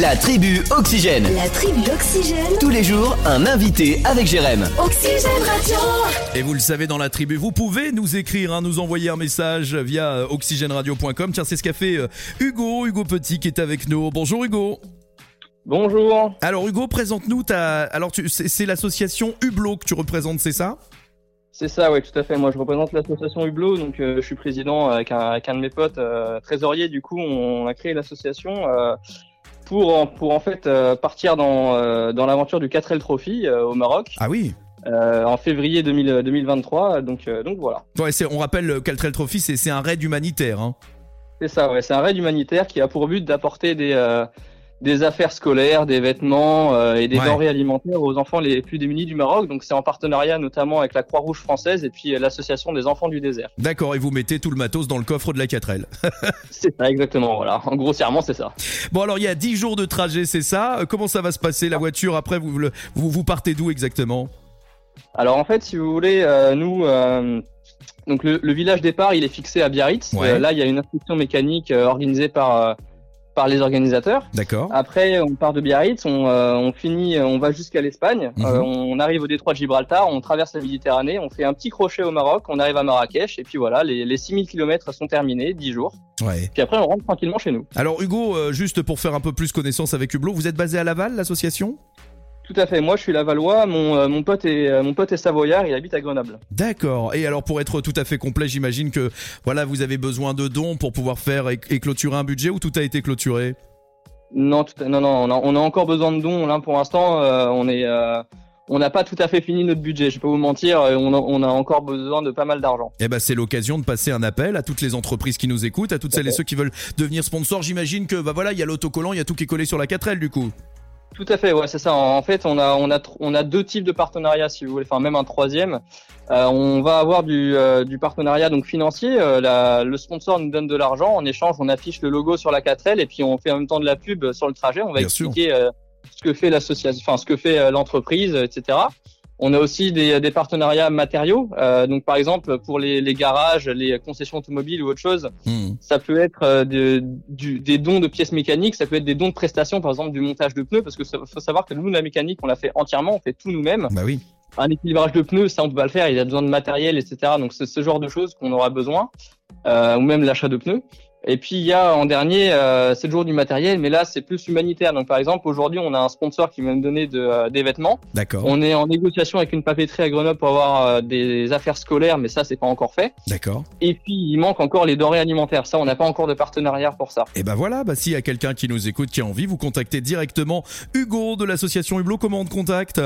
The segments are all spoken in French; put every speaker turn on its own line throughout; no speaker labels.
La tribu Oxygène.
La tribu Oxygène.
Tous les jours, un invité avec Jérém.
Oxygène Radio.
Et vous le savez, dans la tribu, vous pouvez nous écrire, hein, nous envoyer un message via euh, oxygèneradio.com. Tiens, c'est ce qu'a fait euh, Hugo, Hugo Petit, qui est avec nous. Bonjour Hugo.
Bonjour.
Alors Hugo, présente-nous ta. Alors tu... c'est c'est l'association Hublot que tu représentes, c'est ça
C'est ça, ouais, tout à fait. Moi, je représente l'association Hublot, donc euh, je suis président avec un, avec un de mes potes, euh, trésorier. Du coup, on a créé l'association euh, pour, en- pour en fait euh, partir dans, euh, dans l'aventure du 4L Trophy euh, au Maroc
Ah oui.
euh, en février 2000 2023. Donc, euh, donc voilà.
Ouais, c'est- on rappelle euh, qu'Altrel Trophy, c'est c'est un raid humanitaire. hein.
C'est ça, ouais. C'est un raid humanitaire qui a pour but d'apporter des, euh, des affaires scolaires, des vêtements euh, et des
Ouais.
denrées alimentaires aux enfants les plus démunis du Maroc. Donc c'est en partenariat notamment avec la Croix-Rouge française et puis euh, l'association des enfants du désert.
D'accord, et vous mettez tout le matos dans le coffre de la 4L.
C'est ça, exactement, voilà. En grossièrement, c'est ça.
Bon, alors il y a 10 jours de trajet, c'est ça Euh, Comment ça va se passer la voiture Après, vous, le- vous, vous partez d'où exactement
Alors en fait, si vous voulez, euh, nous, euh, donc le, le village départ, il est fixé à Biarritz.
Ouais.
Euh, là, il y a une inscription mécanique euh, organisée par, euh, par les organisateurs.
D'accord.
Après, on part de Biarritz, on, euh, on finit, on va jusqu'à l'Espagne,
Mhm.
euh, on arrive au détroit de Gibraltar, on traverse la Méditerranée, on fait un petit crochet au Maroc, on arrive à Marrakech, et puis voilà, les, les 6000 km sont terminés, 10 jours,
Ouais.
puis après on rentre tranquillement chez nous.
Alors Hugo, euh, juste pour faire un peu plus connaissance avec Hublot, vous êtes basé à Laval, l'association
Tout à fait, moi je suis Lavallois, mon, euh, mon, pote est, euh, mon pote est savoyard, il habite à Grenoble.
D'accord. Et alors pour être tout à fait complet, j'imagine que voilà, vous avez besoin de dons pour pouvoir faire et, et clôturer un budget ou tout a été clôturé
Non, tout à- non, non, on a, on a encore besoin de dons, là pour l'instant euh, on est... euh, on n'a pas tout à fait fini notre budget, je peux vous mentir, euh, on a, on a encore besoin de pas mal d'argent.
Eh ben c'est l'occasion de passer un appel à toutes les entreprises qui nous écoutent, à toutes celles et ceux qui veulent devenir sponsors. J'imagine que bah voilà, il y a l'autocollant, il y a tout qui est collé sur la 4L du coup.
Tout à fait, ouais, c'est ça. En en fait, on a, on, a, tr- on a deux types de partenariats, si vous voulez, enfin même un troisième. Euh, on va avoir du, euh, du partenariat donc financier. Euh, la- le sponsor nous donne de l'argent. En échange, on affiche le logo sur la 4L et puis on fait en même temps de la pub euh, sur le trajet. On va
Bien sûr.
expliquer euh, ce que fait l'association, enfin ce que fait euh, l'entreprise, euh, etc. On a aussi des, des partenariats matériaux. Euh, donc par exemple pour les, les garages, les concessions automobiles ou autre chose,
Hmm.
ça peut être euh, de- du- des dons de pièces mécaniques, ça peut être des dons de prestations, par exemple du montage de pneus, parce que ça, faut savoir que nous la mécanique, on la fait entièrement, on fait tout nous-mêmes.
Bah oui.
Un équilibrage de pneus, ça on peut pas le faire, il y a besoin de matériel, etc. Donc c'est ce genre de choses qu'on aura besoin, euh, ou même l'achat de pneus. Et puis il y a en dernier, euh, c'est le jour du matériel, mais là c'est plus humanitaire. Donc par exemple aujourd'hui, on a un sponsor qui va nous donner de, euh, des vêtements.
D'accord.
On est en négociation avec une papeterie à Grenoble pour avoir euh, des affaires scolaires, mais ça c'est pas encore fait.
D'accord.
Et puis il manque encore les denrées alimentaires. Ça, on n'a pas encore de partenariat pour ça.
Et ben voilà, bah s'il y a quelqu'un qui nous écoute, qui a envie, vous contactez directement Hugo de l'association Hublot. Comment on te contacte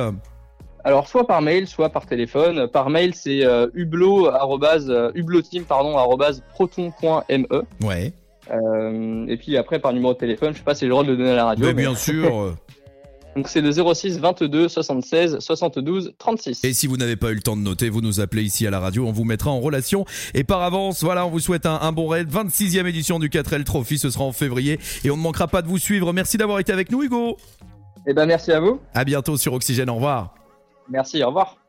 Alors soit par mail, soit par téléphone. Par mail, c'est euh, hublot arrobase, euh, hubloteam, pardon arrobase proton.me.
Ouais.
Euh, et puis après par numéro de téléphone, je sais pas si j'ai le droit de le donner à la radio.
Mais
mais-
bien sûr. euh,
Donc c'est le 06 22 76 72 36.
Et si vous n'avez pas eu le temps de noter, vous nous appelez ici à la radio, on vous mettra en relation. Et par avance, voilà, on vous souhaite un, un bon raid. 26e édition du 4L Trophy, ce sera en février. Et on ne manquera pas de vous suivre. Merci d'avoir été avec nous, Hugo.
Eh ben merci à vous.
À bientôt sur Oxygène, au revoir.
Merci. Au revoir.